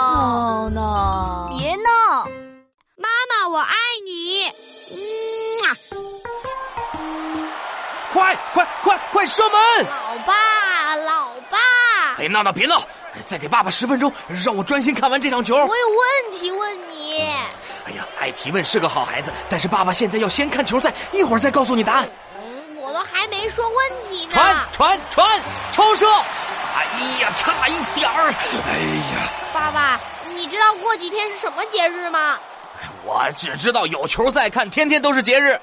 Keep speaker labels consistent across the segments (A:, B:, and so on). A: 嗯啊
B: 快射门！
A: 老爸，老爸，
B: 哎，闹闹别闹，再给爸爸十分钟，让我专心看完这场球。
A: 我有问题问你。
B: 哎呀，爱提问是个好孩子，但是爸爸现在要先看球赛，一会儿再告诉你答案。
A: 嗯，我都还没说问题呢。
B: 传传传，抽射！哎呀，差一点儿！哎呀。
A: 爸爸，你知道过几天是什么节日吗？
B: 我只知道有球赛看，天天都是节日。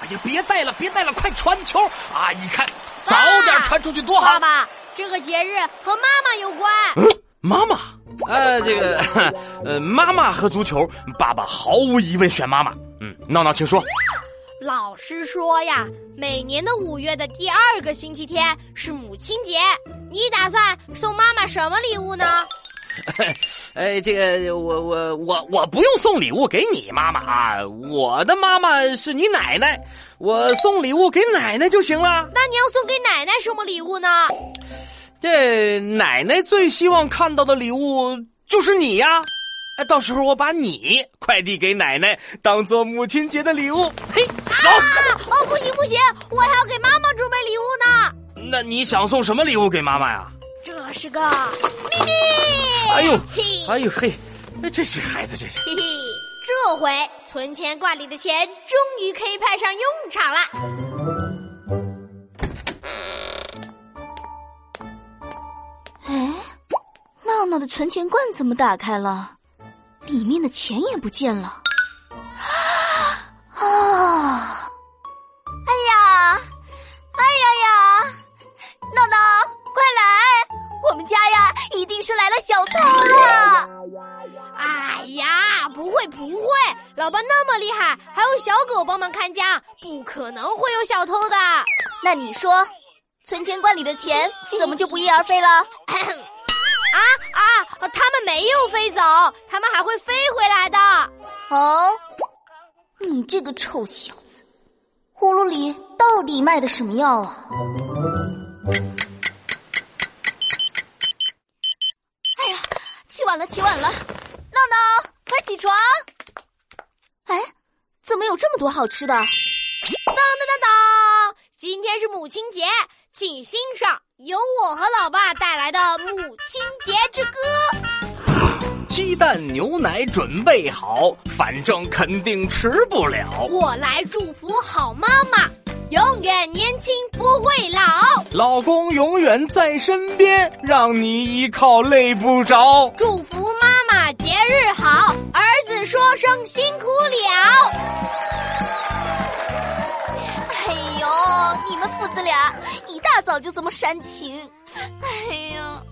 B: 哎呀，别带了，别带了，快传球啊！你看，早点传出去多好。
A: 啊爸爸，这个节日和妈妈有关。
B: 嗯，妈妈，呃，这个，呃，妈妈和足球，爸爸毫无疑问选妈妈。嗯，闹闹，请 说。
A: 老师说呀，每年的五月的第二个星期天是母亲节，你打算送妈妈什么礼物呢？
B: 哎，这个我我我我不用送礼物给你妈妈啊，我的妈妈是你奶奶，我送礼物给奶奶就行了。
A: 那你要送给奶奶什么礼物呢？啊
B: 这奶奶最希望看到的礼物就是你呀、哎，到时候我把你快递给奶奶，当做母亲节的礼物。嘿，走。
A: 啊，哦，不行不行，我还要给妈妈准备礼物呢。
B: 那你想送什么礼物给妈妈呀？
A: 这是个秘密。
B: 哎呦
A: 嘿，
B: 哎呦嘿，哎这是孩子，这是。
A: 嘿嘿，这回存钱罐里的钱终于可以派上用场了。
C: 哎，闹闹的存钱罐怎么打开了？里面的钱也不见了。啊！
D: 哎呀，哎呀呀！闹闹，快来！我们家呀，一定是来了小偷啊了。
A: 哎呀，不会不会，老爸那么厉害，还有小狗帮忙看家，不可能会有小偷的。啊
D: 那你说，存钱罐里的钱怎么就不翼而飞了？
A: 啊啊，他们没有飞走，他们还会飞回来的。
D: 哦，
C: 你这个臭小子，葫芦里到底卖的什么药啊？哎
D: 起晚了，起晚了！闹闹，快起床！
C: 哎，怎么有这么多好吃的？
A: 当当当当，今天是母亲节，请欣赏由我和老爸带来的《母亲节之歌》。
B: 鸡蛋牛奶准备好，反正肯定迟不了。
A: 我来祝福好妈妈，永远年轻不会老。
B: 老公永远在身边，让你依靠累不着。
A: 祝福妈妈节日好，儿子说声辛苦了。
D: 哎呦，你们父子俩一大早就这么煽情，哎呀，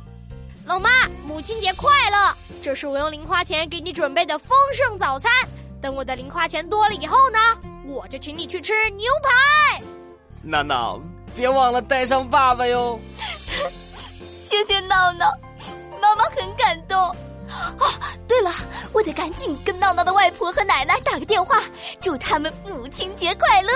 A: 老妈，母亲节快乐！这是我用零花钱给你准备的丰盛早餐。等我的零花钱多了以后呢，我就请你去吃牛排。
B: 闹闹，别忘了带上爸爸哟。
D: 谢谢闹闹，妈妈很感动。哦，对了，我得赶紧跟闹闹的外婆和奶奶打个电话，祝他们母亲节快乐。